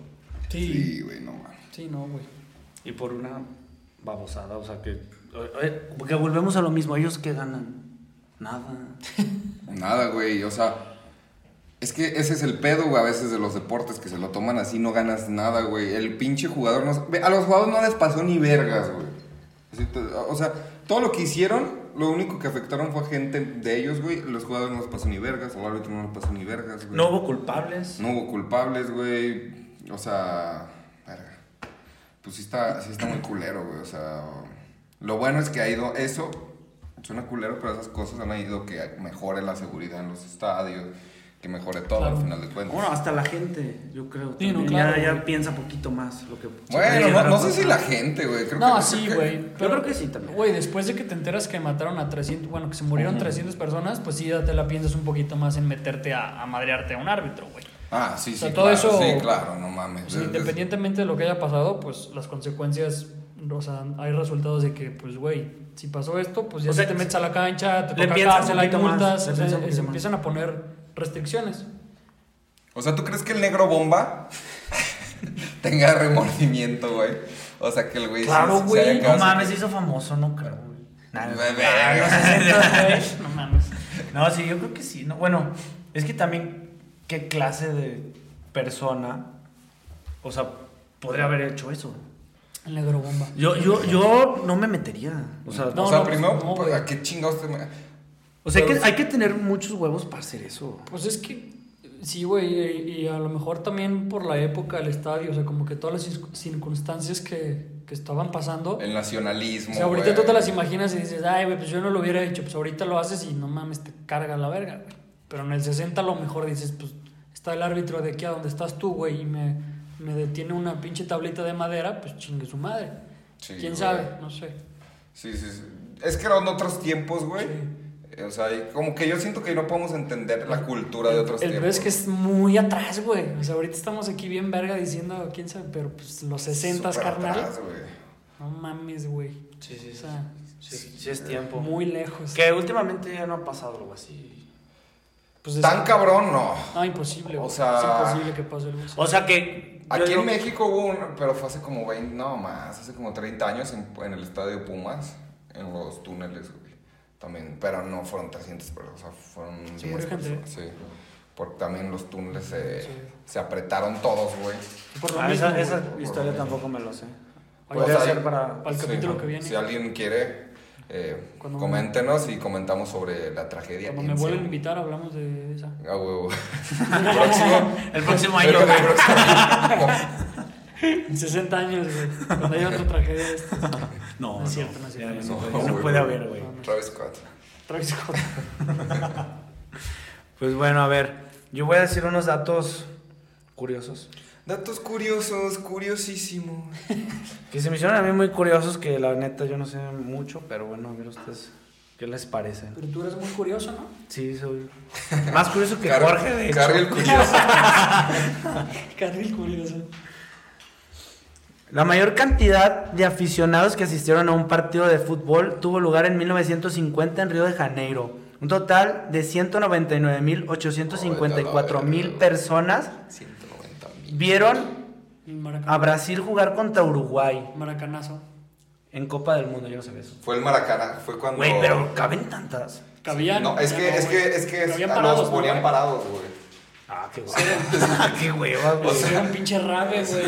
[SPEAKER 1] Sí.
[SPEAKER 2] Sí, güey, no mames.
[SPEAKER 1] Sí, no, güey.
[SPEAKER 3] Y por una babosada, o sea, que... eh, Porque volvemos a lo mismo, ellos que ganan. Nada.
[SPEAKER 2] Nada, güey, o sea. Es que ese es el pedo, güey, a veces de los deportes, que se lo toman así, no ganas nada, güey. El pinche jugador no... ve, A los jugadores no les pasó ni vergas, güey. Así te- O sea, todo lo que hicieron, lo único que afectaron fue a gente de ellos, güey. Los jugadores no les pasó ni vergas, al árbitro no les pasó ni vergas, güey.
[SPEAKER 3] No hubo culpables.
[SPEAKER 2] No hubo culpables, güey. O sea, verga. Pues sí está, sí está muy culero, güey. O sea, lo bueno es que ha ido eso. Suena culero, pero esas cosas han ido que mejore la seguridad en los estadios, que mejore todo
[SPEAKER 1] Claro.
[SPEAKER 2] al final de cuentas.
[SPEAKER 4] Bueno, hasta la gente, yo creo.
[SPEAKER 1] Sí, no,
[SPEAKER 4] también.
[SPEAKER 1] claro,
[SPEAKER 4] ya, ya
[SPEAKER 1] güey.
[SPEAKER 4] piensa poquito más lo que. se puede
[SPEAKER 2] Bueno,
[SPEAKER 4] llegar
[SPEAKER 2] no,
[SPEAKER 4] a
[SPEAKER 2] no sé
[SPEAKER 4] pasar.
[SPEAKER 2] si la gente, güey. creo
[SPEAKER 1] No,
[SPEAKER 2] que-
[SPEAKER 1] sí,
[SPEAKER 2] creo que-
[SPEAKER 1] güey. pero-
[SPEAKER 4] creo que sí también.
[SPEAKER 1] Güey, después de que te enteras que mataron a 300, bueno, que se murieron 300 personas, pues sí, ya te la piensas un poquito más en meterte a, a madrearte a un árbitro, güey.
[SPEAKER 2] Ah, sí, sí.
[SPEAKER 1] O sea, todo
[SPEAKER 2] claro,
[SPEAKER 1] eso- pues,
[SPEAKER 2] Sí, claro, no mames.
[SPEAKER 1] O sea,
[SPEAKER 2] Es- es-
[SPEAKER 1] independientemente de lo que haya pasado, pues las consecuencias, o sea, hay resultados de que, pues, güey, si pasó esto, pues ya
[SPEAKER 3] O
[SPEAKER 1] si
[SPEAKER 3] sea,
[SPEAKER 1] te metes a la cancha, te
[SPEAKER 3] le
[SPEAKER 1] toca
[SPEAKER 3] piensas un
[SPEAKER 1] cárcel, hay
[SPEAKER 3] poquito más,
[SPEAKER 1] multas,
[SPEAKER 3] le
[SPEAKER 1] o sea,
[SPEAKER 3] piensas un
[SPEAKER 1] se
[SPEAKER 3] poquito más.
[SPEAKER 1] empiezan a poner restricciones.
[SPEAKER 2] O sea, ¿tú crees que el negro bomba tenga remordimiento, güey? O sea, que el güey... se-
[SPEAKER 1] Claro,
[SPEAKER 2] se
[SPEAKER 1] güey,
[SPEAKER 2] haya
[SPEAKER 1] no Ah,
[SPEAKER 3] No
[SPEAKER 2] quedado-
[SPEAKER 3] mames, se hizo famoso, no creo, güey. Nah, no,
[SPEAKER 2] Bebé.
[SPEAKER 3] nah, no sé si-
[SPEAKER 1] no mames.
[SPEAKER 3] No, sí, yo creo que sí. No, bueno, es que también, ¿qué clase de persona, o sea, podría haber hecho eso?
[SPEAKER 1] El negro bomba.
[SPEAKER 4] Yo, yo, yo no me metería. O sea,
[SPEAKER 1] No,
[SPEAKER 2] o sea,
[SPEAKER 1] no, pues,
[SPEAKER 2] primero,
[SPEAKER 1] no,
[SPEAKER 2] pues,
[SPEAKER 1] güey.
[SPEAKER 2] ¿a qué chingados te... me-
[SPEAKER 4] o sea hay, que, hay que tener muchos huevos para hacer eso.
[SPEAKER 1] Pues es que sí, güey, y, y a lo mejor también por la época del estadio, o sea, como que todas las circun- circunstancias que, que estaban pasando.
[SPEAKER 2] El nacionalismo,
[SPEAKER 1] O sea, ahorita
[SPEAKER 2] güey.
[SPEAKER 1] tú te las imaginas y dices, ay, güey, pues yo no lo hubiera hecho, pues ahorita lo haces y no mames, te carga la verga, güey. Pero en el 60 a lo mejor dices, pues está el árbitro de aquí a donde estás tú, güey, y me, me detiene una pinche tablita de madera, pues chingue su madre.
[SPEAKER 2] Sí,
[SPEAKER 1] ¿Quién
[SPEAKER 2] güey.
[SPEAKER 1] sabe? No sé.
[SPEAKER 2] Sí, sí, sí. Es que eran otros tiempos, güey. O sea, y como que yo siento que no podemos entender la cultura de otros
[SPEAKER 1] El
[SPEAKER 2] tiempos.
[SPEAKER 1] peor es que es muy atrás, güey. O sea, ahorita estamos aquí bien verga diciendo, quién sabe, pero pues los 60
[SPEAKER 2] Súper
[SPEAKER 1] carnal.
[SPEAKER 2] atrás, güey.
[SPEAKER 1] No mames, güey.
[SPEAKER 3] Sí,
[SPEAKER 1] O sea,
[SPEAKER 3] sí, sí
[SPEAKER 4] eh,
[SPEAKER 3] es tiempo.
[SPEAKER 1] muy lejos.
[SPEAKER 3] Que últimamente ya no ha pasado algo así.
[SPEAKER 1] Pues es-
[SPEAKER 2] Tan cabrón, no.
[SPEAKER 1] No, imposible,
[SPEAKER 2] O
[SPEAKER 1] güey.
[SPEAKER 2] sea-
[SPEAKER 1] Es imposible que pase algo así.
[SPEAKER 3] O sea que... yo
[SPEAKER 2] Aquí
[SPEAKER 3] digo-
[SPEAKER 2] en México hubo un, pero fue hace como 20, no más, hace como 30 años en, en el estadio Pumas, en los túneles, güey. También, pero no fueron 300 personas, o sea, fueron
[SPEAKER 1] Se
[SPEAKER 2] 10
[SPEAKER 1] murió gente.
[SPEAKER 2] personas, sí. Porque también los túneles se,
[SPEAKER 1] Sí.
[SPEAKER 2] se apretaron todos, güey.
[SPEAKER 1] Por lo
[SPEAKER 3] Ah,
[SPEAKER 1] mismo,
[SPEAKER 3] esa,
[SPEAKER 1] güey.
[SPEAKER 3] esa
[SPEAKER 2] por lo
[SPEAKER 3] historia
[SPEAKER 2] mismo.
[SPEAKER 3] tampoco me lo sé.
[SPEAKER 1] Oye,
[SPEAKER 3] Podría
[SPEAKER 2] ahí-
[SPEAKER 3] ser para...
[SPEAKER 1] Para el capítulo
[SPEAKER 2] ¿no?
[SPEAKER 1] que viene.
[SPEAKER 2] Si alguien quiere, eh,
[SPEAKER 1] Cuando-
[SPEAKER 2] coméntenos y comentamos sobre la tragedia.
[SPEAKER 1] Cuando me
[SPEAKER 2] en
[SPEAKER 1] vuelvan a
[SPEAKER 2] sí.
[SPEAKER 1] invitar, hablamos de esa.
[SPEAKER 2] Ah, huevo. El próximo.
[SPEAKER 3] El próximo año.
[SPEAKER 2] Pero el próximo.
[SPEAKER 1] En 60 años, güey. Cuando haya otra tragedia de estas.
[SPEAKER 3] No,
[SPEAKER 1] No es cierto, no es
[SPEAKER 3] ya
[SPEAKER 1] cierto.
[SPEAKER 3] no,
[SPEAKER 2] No,
[SPEAKER 3] no
[SPEAKER 2] güey.
[SPEAKER 3] puede haber, güey.
[SPEAKER 2] Travis Scott.
[SPEAKER 1] Travis Scott.
[SPEAKER 3] Pues bueno, a ver, yo voy a decir unos datos curiosos.
[SPEAKER 2] Datos curiosos, curiosísimos.
[SPEAKER 3] Que se me hicieron a mí muy curiosos, que la neta yo no sé mucho, pero bueno, a ver ustedes, ¿qué les parece?
[SPEAKER 1] Pero tú eres muy curioso, ¿no?
[SPEAKER 3] Sí, soy más curioso que
[SPEAKER 2] Car-
[SPEAKER 3] Jorge, de hecho.
[SPEAKER 2] Cargue el curioso.
[SPEAKER 1] Carril curioso.
[SPEAKER 3] La mayor cantidad de aficionados que asistieron a un partido de fútbol tuvo lugar en 1950 en Río de Janeiro. Un total de 199.854.000 personas
[SPEAKER 2] 190 mil.
[SPEAKER 3] vieron
[SPEAKER 1] El maraca-
[SPEAKER 3] a Brasil jugar contra Uruguay
[SPEAKER 1] maracanazo.
[SPEAKER 3] en Copa del Mundo. Yo no sabía eso.
[SPEAKER 2] Fue el Maracaná, fue cuando.
[SPEAKER 3] Güey, pero caben tantas.
[SPEAKER 1] Cabían.
[SPEAKER 2] No, es que,
[SPEAKER 1] ya no,
[SPEAKER 2] es que,
[SPEAKER 1] güey.
[SPEAKER 2] es que
[SPEAKER 1] Cabían
[SPEAKER 2] a
[SPEAKER 1] parados,
[SPEAKER 2] los
[SPEAKER 1] ¿no,
[SPEAKER 2] ponían
[SPEAKER 1] güey?
[SPEAKER 2] parados, güey.
[SPEAKER 3] Ah, qué hueva. Ah, qué hueva, güey.
[SPEAKER 1] O sea, era un pinche rave, güey.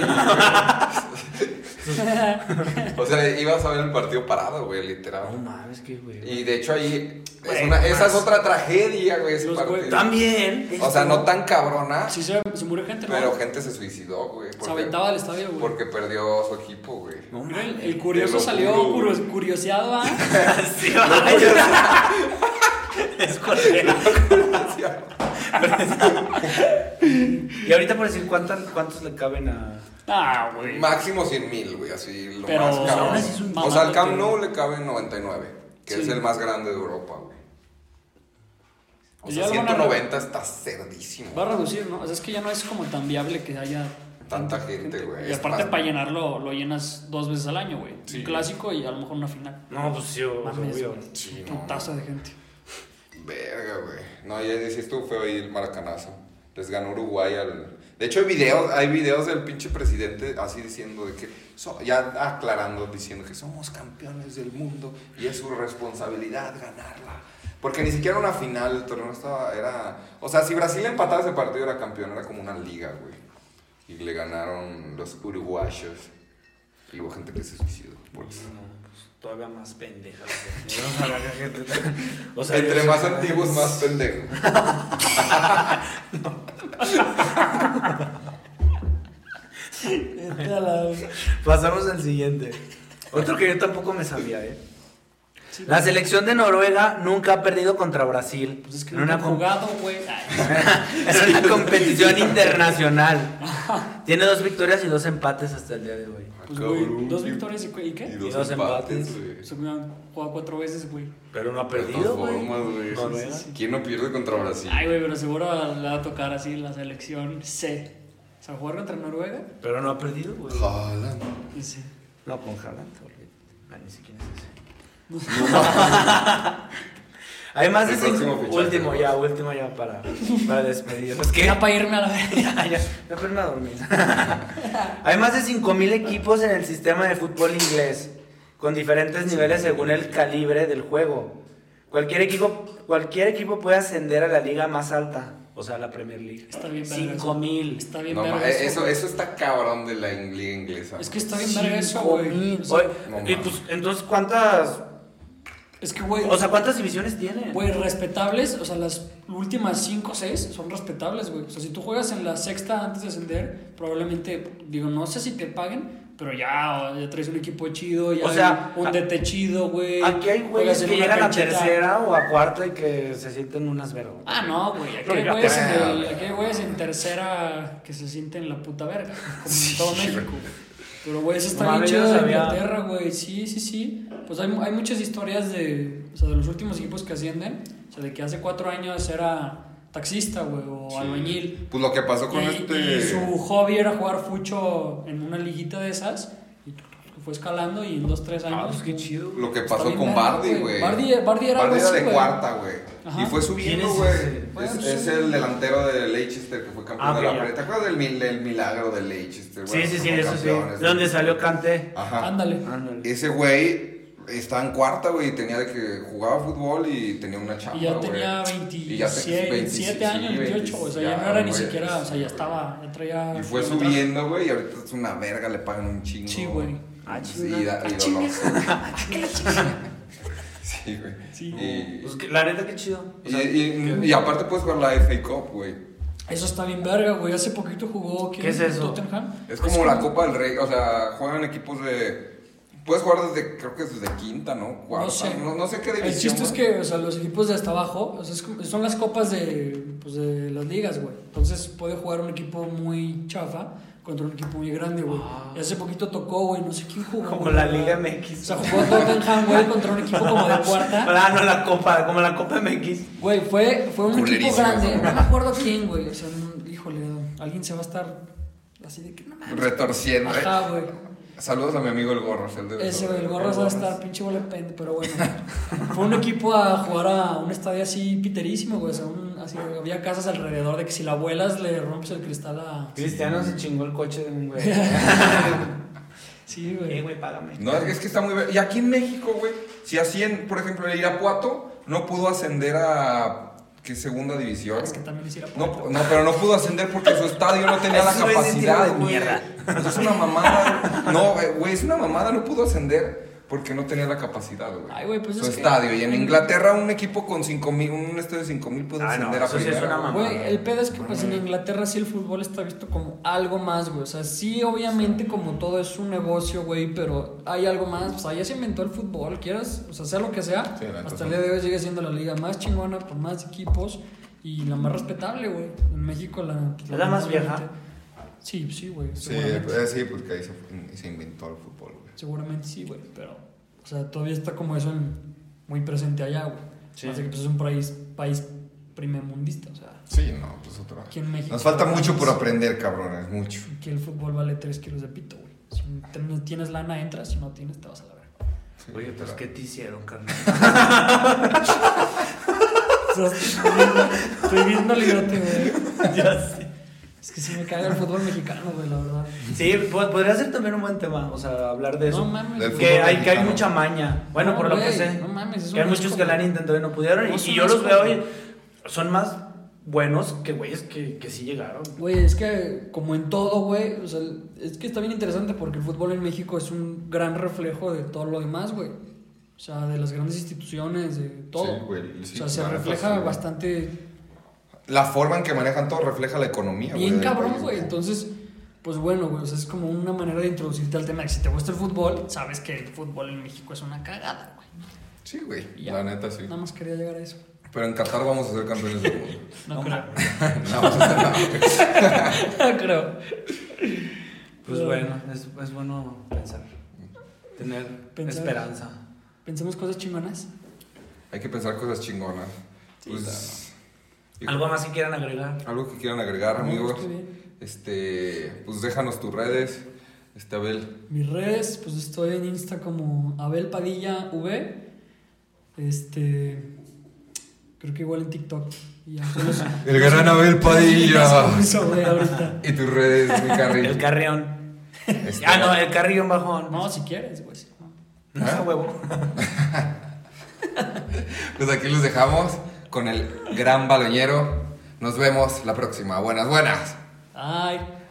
[SPEAKER 2] O sea, ibas a ver el partido parado, güey,
[SPEAKER 3] No
[SPEAKER 2] literal.
[SPEAKER 3] mames, qué hueva.
[SPEAKER 2] Y de hecho ahí. es
[SPEAKER 3] Güey,
[SPEAKER 2] una- esa es
[SPEAKER 3] más.
[SPEAKER 2] otra tragedia, güey, ese
[SPEAKER 1] Los
[SPEAKER 2] partido.
[SPEAKER 1] güey-
[SPEAKER 3] También.
[SPEAKER 2] O sea, no tan cabrona,
[SPEAKER 1] Sí, se, se murió gente, ¿no?
[SPEAKER 2] pero gente se suicidó, güey.
[SPEAKER 1] se
[SPEAKER 2] porque-
[SPEAKER 1] aventaba al estadio, güey.
[SPEAKER 2] Porque perdió su equipo, güey.
[SPEAKER 3] No
[SPEAKER 1] Mira, el,
[SPEAKER 3] mames.
[SPEAKER 1] el curioso
[SPEAKER 2] Te lo
[SPEAKER 1] salió
[SPEAKER 2] juro,
[SPEAKER 1] curio- curioseado, ¿ah?
[SPEAKER 3] Sí, ay, es correcto. Y ahorita por decir cuántas- cuántos le caben a.
[SPEAKER 1] Ah, güey.
[SPEAKER 2] Máximo 100 mil, güey, así lo
[SPEAKER 1] Pero,
[SPEAKER 2] más
[SPEAKER 1] o sea,
[SPEAKER 2] cabrón.
[SPEAKER 1] aún así es un
[SPEAKER 2] o sea, al
[SPEAKER 1] mamalote,
[SPEAKER 2] Camp Nou
[SPEAKER 1] güey.
[SPEAKER 2] le caben 99, que
[SPEAKER 1] Sí.
[SPEAKER 2] es el más grande de Europa, güey. O
[SPEAKER 1] Pues
[SPEAKER 2] sea,
[SPEAKER 1] ya lo van a
[SPEAKER 2] 190 está cerdísimo.
[SPEAKER 1] Va a reducir, ¿no? O sea, es que ya no es como tan viable que haya
[SPEAKER 2] Tanta gente, Este güey.
[SPEAKER 1] Y
[SPEAKER 2] Es
[SPEAKER 1] aparte
[SPEAKER 2] más-
[SPEAKER 1] para llenarlo lo llenas dos veces al año, güey.
[SPEAKER 2] Sí.
[SPEAKER 1] Un clásico y a lo mejor una final.
[SPEAKER 3] No, pues yo.
[SPEAKER 1] Mames,
[SPEAKER 3] obvio.
[SPEAKER 1] güey.
[SPEAKER 2] Sí, no.
[SPEAKER 1] Putazo de gente.
[SPEAKER 2] Verga, güey. No, ya decías tú, fue ahí el maracanazo. Les ganó Uruguay al. De hecho, hay videos, hay videos del pinche presidente así diciendo de que. so- ya aclarando, diciendo que somos campeones del mundo y es su responsabilidad ganarla. Porque ni siquiera una final el torneo estaba. Era. O sea, si Brasil empataba ese partido era campeón, era como una liga, güey. Y le ganaron los uruguayos. Y hubo gente que se suicidó por eso.
[SPEAKER 3] No, pues, Todavía más pendejas. güey. No, ojalá que la gente- O sea,
[SPEAKER 2] Entre
[SPEAKER 3] yo-
[SPEAKER 2] más antiguos, más pendejos.
[SPEAKER 1] Vete a la-
[SPEAKER 3] Pasamos al siguiente. Otro que yo tampoco me sabía, ¿eh? La selección de Noruega nunca ha perdido contra Brasil.
[SPEAKER 1] Pues es que
[SPEAKER 3] en
[SPEAKER 1] no
[SPEAKER 3] una
[SPEAKER 1] han
[SPEAKER 3] com-
[SPEAKER 1] jugado, güey. Ay,
[SPEAKER 3] en una competición internacional. Tiene dos victorias y dos empates hasta el día de hoy.
[SPEAKER 1] Pues, güey, dos victorias y, cu- ¿y qué?
[SPEAKER 2] Y
[SPEAKER 1] Y
[SPEAKER 2] dos,
[SPEAKER 3] dos
[SPEAKER 2] empates,
[SPEAKER 3] empates.
[SPEAKER 2] güey.
[SPEAKER 1] Se me han jugado cuatro veces, güey.
[SPEAKER 3] Pero no ha
[SPEAKER 2] Pero de todas
[SPEAKER 3] perdido, güey.
[SPEAKER 2] formas, güey, sí,
[SPEAKER 3] Noruega.
[SPEAKER 2] sí, sí. ¿Quién no pierde contra Brasil?
[SPEAKER 1] Ay, güey, pero seguro le va a tocar así la selección C. O sea, jugar contra Noruega
[SPEAKER 3] Pero no ha perdido, güey.
[SPEAKER 2] Haaland.
[SPEAKER 1] y C.
[SPEAKER 3] No, con Haaland. olvídate. Ah, ni sé quién es ese. Además,
[SPEAKER 2] El
[SPEAKER 3] es el
[SPEAKER 2] próximo fichaje,
[SPEAKER 3] último
[SPEAKER 2] ¿no?
[SPEAKER 3] ya, último ya para, para despedirnos. ¿Qué?
[SPEAKER 1] Ya para irme a la verga.
[SPEAKER 3] Ya, ya, mejor me dormí. Además de 5.000 equipos en el sistema de fútbol inglés, con diferentes niveles según el calibre del juego. Cualquier equipo, cualquier equipo puede ascender a la liga más alta, o sea, a la Premier League.
[SPEAKER 1] Está bien, verga eso.
[SPEAKER 3] 5.000.
[SPEAKER 1] Está bien,
[SPEAKER 2] No,
[SPEAKER 1] verga
[SPEAKER 2] ma- eh, eso,
[SPEAKER 1] güey.
[SPEAKER 2] eso está cabrón de la in- liga inglesa.
[SPEAKER 1] Es que está bien, verga eso, güey. O sea,
[SPEAKER 3] Oye,
[SPEAKER 2] No
[SPEAKER 3] y
[SPEAKER 2] mames.
[SPEAKER 3] pues, entonces, ¿cuántas?
[SPEAKER 1] es que, güey.
[SPEAKER 3] O sea, ¿cuántas divisiones tiene?
[SPEAKER 1] Güey, Pues, respetables, o sea, las últimas 5 o 6 son respetables, güey. O sea, si tú juegas en la sexta antes de ascender, probablemente, digo, no sé si te paguen, pero ya, ya traes un equipo chido, ya
[SPEAKER 3] O sea,
[SPEAKER 1] hay un
[SPEAKER 3] a-
[SPEAKER 1] DT chido, güey.
[SPEAKER 3] Aquí hay
[SPEAKER 1] juegas
[SPEAKER 3] güeyes
[SPEAKER 1] en
[SPEAKER 3] que
[SPEAKER 1] una
[SPEAKER 3] llegan a
[SPEAKER 1] canchita.
[SPEAKER 3] tercera o a cuarta y que se sienten unas vergas.
[SPEAKER 1] Ah, no, güey. Aquí
[SPEAKER 3] Pero
[SPEAKER 1] hay
[SPEAKER 3] ya
[SPEAKER 1] güeyes
[SPEAKER 3] te-
[SPEAKER 1] en- aquí hay güeyes en tercera que se sienten la puta verga, como en todo México. Pero, güey, eso está
[SPEAKER 3] Madre,
[SPEAKER 1] bien
[SPEAKER 3] yo
[SPEAKER 1] chido
[SPEAKER 3] no
[SPEAKER 1] de
[SPEAKER 3] sabía.
[SPEAKER 1] Inglaterra, güey. Sí, sí, sí. Pues hay, hay muchas historias de, o sea, de los últimos equipos que ascienden. O sea, de que hace cuatro años era taxista, güey, o
[SPEAKER 2] Sí.
[SPEAKER 1] albañil.
[SPEAKER 2] Pues lo que pasó con
[SPEAKER 1] Y,
[SPEAKER 2] este.
[SPEAKER 1] y su hobby era jugar fucho en una liguita de esas. Y tu- tu- fue escalando y en dos,
[SPEAKER 2] Ah,
[SPEAKER 1] tres años.
[SPEAKER 2] pues
[SPEAKER 3] chido.
[SPEAKER 2] Lo que
[SPEAKER 1] Está
[SPEAKER 2] pasó
[SPEAKER 1] bien
[SPEAKER 2] con
[SPEAKER 1] verga,
[SPEAKER 2] Bardi,
[SPEAKER 1] güey.
[SPEAKER 2] güey.
[SPEAKER 1] Bardi- Bardi era algo así,
[SPEAKER 2] de
[SPEAKER 1] güey.
[SPEAKER 2] cuarta, güey.
[SPEAKER 1] Ajá.
[SPEAKER 2] Y fue subiendo,
[SPEAKER 3] ¿Quién es
[SPEAKER 2] güey.
[SPEAKER 3] ese?
[SPEAKER 2] Es,
[SPEAKER 1] Bueno,
[SPEAKER 2] es
[SPEAKER 1] sí.
[SPEAKER 2] el delantero de Leicester que fue campeón
[SPEAKER 3] Ah,
[SPEAKER 2] de la
[SPEAKER 3] ok, ya.
[SPEAKER 2] Premier. ¿Te acuerdas del, mil- del milagro de Leicester?
[SPEAKER 3] Sí,
[SPEAKER 2] Bueno,
[SPEAKER 3] sí, sí,
[SPEAKER 2] como
[SPEAKER 3] eso sí.
[SPEAKER 2] campeones,
[SPEAKER 3] ¿De dónde
[SPEAKER 2] güey.
[SPEAKER 3] salió Cante?
[SPEAKER 2] Ajá.
[SPEAKER 1] Ándale.
[SPEAKER 3] Ándale.
[SPEAKER 2] Ese güey estaba en cuarta, güey, tenía de que jugaba fútbol y tenía una chamba,
[SPEAKER 1] Y ya
[SPEAKER 2] güey.
[SPEAKER 1] tenía
[SPEAKER 2] Y ya te-
[SPEAKER 1] 27
[SPEAKER 2] sí,
[SPEAKER 1] años, 28, o sea, ya, no era ni
[SPEAKER 2] güey,
[SPEAKER 1] siquiera, o sea,
[SPEAKER 2] sí,
[SPEAKER 1] ya estaba, ya traía...
[SPEAKER 2] güey. Y fue subiendo, güey, y ahorita es una verga, le pagan un chingo.
[SPEAKER 1] Sí, güey.
[SPEAKER 3] Ah,
[SPEAKER 2] Sí,
[SPEAKER 3] chinga.
[SPEAKER 2] y da- y
[SPEAKER 1] Ah, chinga.
[SPEAKER 2] dolor. Sí, güey.
[SPEAKER 1] Sí.
[SPEAKER 2] Y,
[SPEAKER 3] Pues que- la neta, qué chido. O
[SPEAKER 2] y,
[SPEAKER 3] sea,
[SPEAKER 2] y-
[SPEAKER 3] qué-
[SPEAKER 2] y aparte puedes jugar la FA Cup, güey.
[SPEAKER 1] Eso está bien verga, güey, hace poquito jugó... ¿quién?
[SPEAKER 3] ¿Qué es eso?
[SPEAKER 1] Tottenham.
[SPEAKER 2] Es como la Copa del Rey, o sea, juegan equipos de... Puedes jugar desde, creo que desde quinta, ¿no? Cuarta,
[SPEAKER 1] No sé.
[SPEAKER 2] no, no sé qué división.
[SPEAKER 1] Pues, El chiste es
[SPEAKER 2] güey.
[SPEAKER 1] que, o sea, los equipos de hasta abajo, o sea, es como- son las copas de, pues, de las ligas, güey. Entonces puede jugar un equipo muy chafa contra un equipo muy grande, güey. Y hace poquito tocó, güey, no sé quién jugó.
[SPEAKER 3] Ah. Como
[SPEAKER 1] güey,
[SPEAKER 3] la Liga MX.
[SPEAKER 1] O sea, jugó Tottenham, güey, contra un equipo como de cuarta.
[SPEAKER 3] Ah, no, la Copa, como la Copa MX.
[SPEAKER 1] Güey, fue, fue un equipo
[SPEAKER 2] Culerísimo,
[SPEAKER 1] grande.
[SPEAKER 2] ¿no?
[SPEAKER 1] No me acuerdo quién, güey. O sea, no- híjole, alguien se va a estar así de que no mames.
[SPEAKER 2] Retorciendo.
[SPEAKER 1] Ajá, güey.
[SPEAKER 2] Saludos a mi amigo el gorros, el de
[SPEAKER 1] Ese, güey, el gorro va a estar pinche bola de pende, pero bueno. Fue un equipo a jugar a un estadio así piterísimo, güey. O sea, un- así, había casas alrededor de que si la vuelas le rompes el cristal a.
[SPEAKER 3] Cristiano se chingó el coche de un güey.
[SPEAKER 1] Sí,
[SPEAKER 3] Eh,
[SPEAKER 1] güey.
[SPEAKER 3] güey, págame.
[SPEAKER 2] No, es que está muy... ver- Y aquí en México, güey, si hacían, por ejemplo, el Irapuato, no pudo ascender a... ¿Qué segunda división?
[SPEAKER 1] Es que también hiciera
[SPEAKER 2] No, no, pero no pudo ascender porque su estadio no tenía la
[SPEAKER 3] Eso es tiro
[SPEAKER 2] capacidad,
[SPEAKER 3] de
[SPEAKER 2] güey.
[SPEAKER 3] mierda.
[SPEAKER 2] Es una mamada. güey. No, güey, güey, es una mamada, no pudo ascender porque no tenía la capacidad, güey.
[SPEAKER 1] Ay, güey, pues
[SPEAKER 2] su
[SPEAKER 1] es que-
[SPEAKER 2] estadio. Y en Inglaterra un equipo con 5 mil, un estadio de 5 mil puede
[SPEAKER 3] Ah, no,
[SPEAKER 2] ascender a
[SPEAKER 3] eso sí es
[SPEAKER 2] primera,
[SPEAKER 3] una
[SPEAKER 2] güey.
[SPEAKER 3] mamada.
[SPEAKER 1] Güey, el pedo es que pues en Inglaterra sí el fútbol está visto como algo más, güey. O sea, sí, obviamente como todo es un negocio, güey, pero hay algo más. O sea, ya se inventó el fútbol, quieras, o sea, sea lo que sea.
[SPEAKER 2] Sí, la neta,
[SPEAKER 1] hasta el día de hoy sigue siendo la liga más chingona, con más equipos y la más respetable, güey. En México la... pues,
[SPEAKER 3] ¿Es la más vieja?
[SPEAKER 1] Sí, pues, sí, güey.
[SPEAKER 2] Sí,
[SPEAKER 1] seguramente.
[SPEAKER 2] eh, sí, porque ahí se, se inventó el fútbol, güey.
[SPEAKER 1] Seguramente sí, güey, pero... O sea, todavía está como eso en- muy presente allá, güey.
[SPEAKER 3] Sí.
[SPEAKER 1] Así que pues es un país, país primermundista, o sea...
[SPEAKER 2] Sí, no, pues otra.
[SPEAKER 1] Aquí en México-
[SPEAKER 2] Nos falta mucho por aprender, cabrones, mucho.
[SPEAKER 1] que el fútbol vale 3 kilos de pito, güey. Si te- no tienes lana, entras. Si no tienes, te vas a la verga.
[SPEAKER 2] Sí,
[SPEAKER 3] Oye, pues,
[SPEAKER 2] pero-
[SPEAKER 3] ¿qué te hicieron, carnal?
[SPEAKER 1] O sea, estoy viendo- Estoy viendo el idiote, güey.
[SPEAKER 3] ya sé.
[SPEAKER 1] Es que sí me caga el fútbol mexicano, güey, la verdad.
[SPEAKER 3] Sí, po- podría ser también un buen tema, o sea, hablar de
[SPEAKER 1] No
[SPEAKER 3] eso.
[SPEAKER 1] mames.
[SPEAKER 2] Del
[SPEAKER 1] güey.
[SPEAKER 3] que, hay, que hay
[SPEAKER 2] mexicano.
[SPEAKER 3] mucha maña. Bueno,
[SPEAKER 1] No,
[SPEAKER 3] por lo que
[SPEAKER 1] güey,
[SPEAKER 3] sé.
[SPEAKER 1] no mames, es
[SPEAKER 3] que hay
[SPEAKER 1] un
[SPEAKER 3] muchos
[SPEAKER 1] asco,
[SPEAKER 3] que la han
[SPEAKER 1] güey.
[SPEAKER 3] intentado y no pudieron.
[SPEAKER 1] No,
[SPEAKER 3] y
[SPEAKER 1] es
[SPEAKER 3] y
[SPEAKER 1] un
[SPEAKER 3] yo los
[SPEAKER 1] asco,
[SPEAKER 3] veo
[SPEAKER 1] güey.
[SPEAKER 3] y son más buenos que güeyes que, que sí llegaron.
[SPEAKER 1] Güey, es que como en todo, güey, o sea, es que está bien interesante porque el fútbol en México es un gran reflejo de todo lo demás, güey. O sea, de las grandes instituciones, de todo.
[SPEAKER 2] Sí, güey, sí,
[SPEAKER 1] o sea, se
[SPEAKER 2] claro,
[SPEAKER 1] refleja
[SPEAKER 2] claro.
[SPEAKER 1] bastante
[SPEAKER 2] La forma en que manejan todo refleja la economía,
[SPEAKER 1] Bien
[SPEAKER 2] del
[SPEAKER 1] cabrón,
[SPEAKER 2] país,
[SPEAKER 1] güey. Entonces, pues bueno, güey. O sea, es como una manera de introducirte al tema. de que Si te gusta el fútbol, sabes que el fútbol en México es una cagada, güey.
[SPEAKER 2] Sí, güey.
[SPEAKER 1] Y ya.
[SPEAKER 2] La neta, sí.
[SPEAKER 1] Nada más quería llegar a eso.
[SPEAKER 2] Pero en Qatar vamos a ser campeones del mundo.
[SPEAKER 1] No,
[SPEAKER 3] No
[SPEAKER 1] creo.
[SPEAKER 3] mames.
[SPEAKER 2] No, vamos a ser- no, güey.
[SPEAKER 1] No creo.
[SPEAKER 3] Pues bueno, es, es bueno pensar. Tener
[SPEAKER 1] Pensar.
[SPEAKER 3] esperanza.
[SPEAKER 1] Pensemos cosas chingonas.
[SPEAKER 2] Hay que pensar cosas chingonas.
[SPEAKER 1] Sí,
[SPEAKER 2] Pues, yo-
[SPEAKER 3] ¿Algo más que quieran agregar?
[SPEAKER 2] algo que quieran agregar,
[SPEAKER 1] No,
[SPEAKER 2] amigos.
[SPEAKER 1] está bien.
[SPEAKER 2] Este, pues déjanos tus redes. Este, Abel.
[SPEAKER 1] Mis redes, pues estoy en Insta como Abel Padilla V. Este. Creo que igual en TikTok. Y ya, solo son-
[SPEAKER 2] El gran Abel Padilla.
[SPEAKER 1] Eso, güey, ahorita.
[SPEAKER 2] Y tus redes, mi Carrillo.
[SPEAKER 3] El carrión.
[SPEAKER 2] Este,
[SPEAKER 3] Ah, no,
[SPEAKER 1] eh.
[SPEAKER 3] el carrión bajón.
[SPEAKER 1] No, si quieres, güey. sí, no.
[SPEAKER 3] No,
[SPEAKER 2] ¿Ah?
[SPEAKER 3] huevo.
[SPEAKER 2] Pues aquí los dejamos con el gran baloñero. Nos vemos la próxima. Buenas, buenas.
[SPEAKER 1] Ay.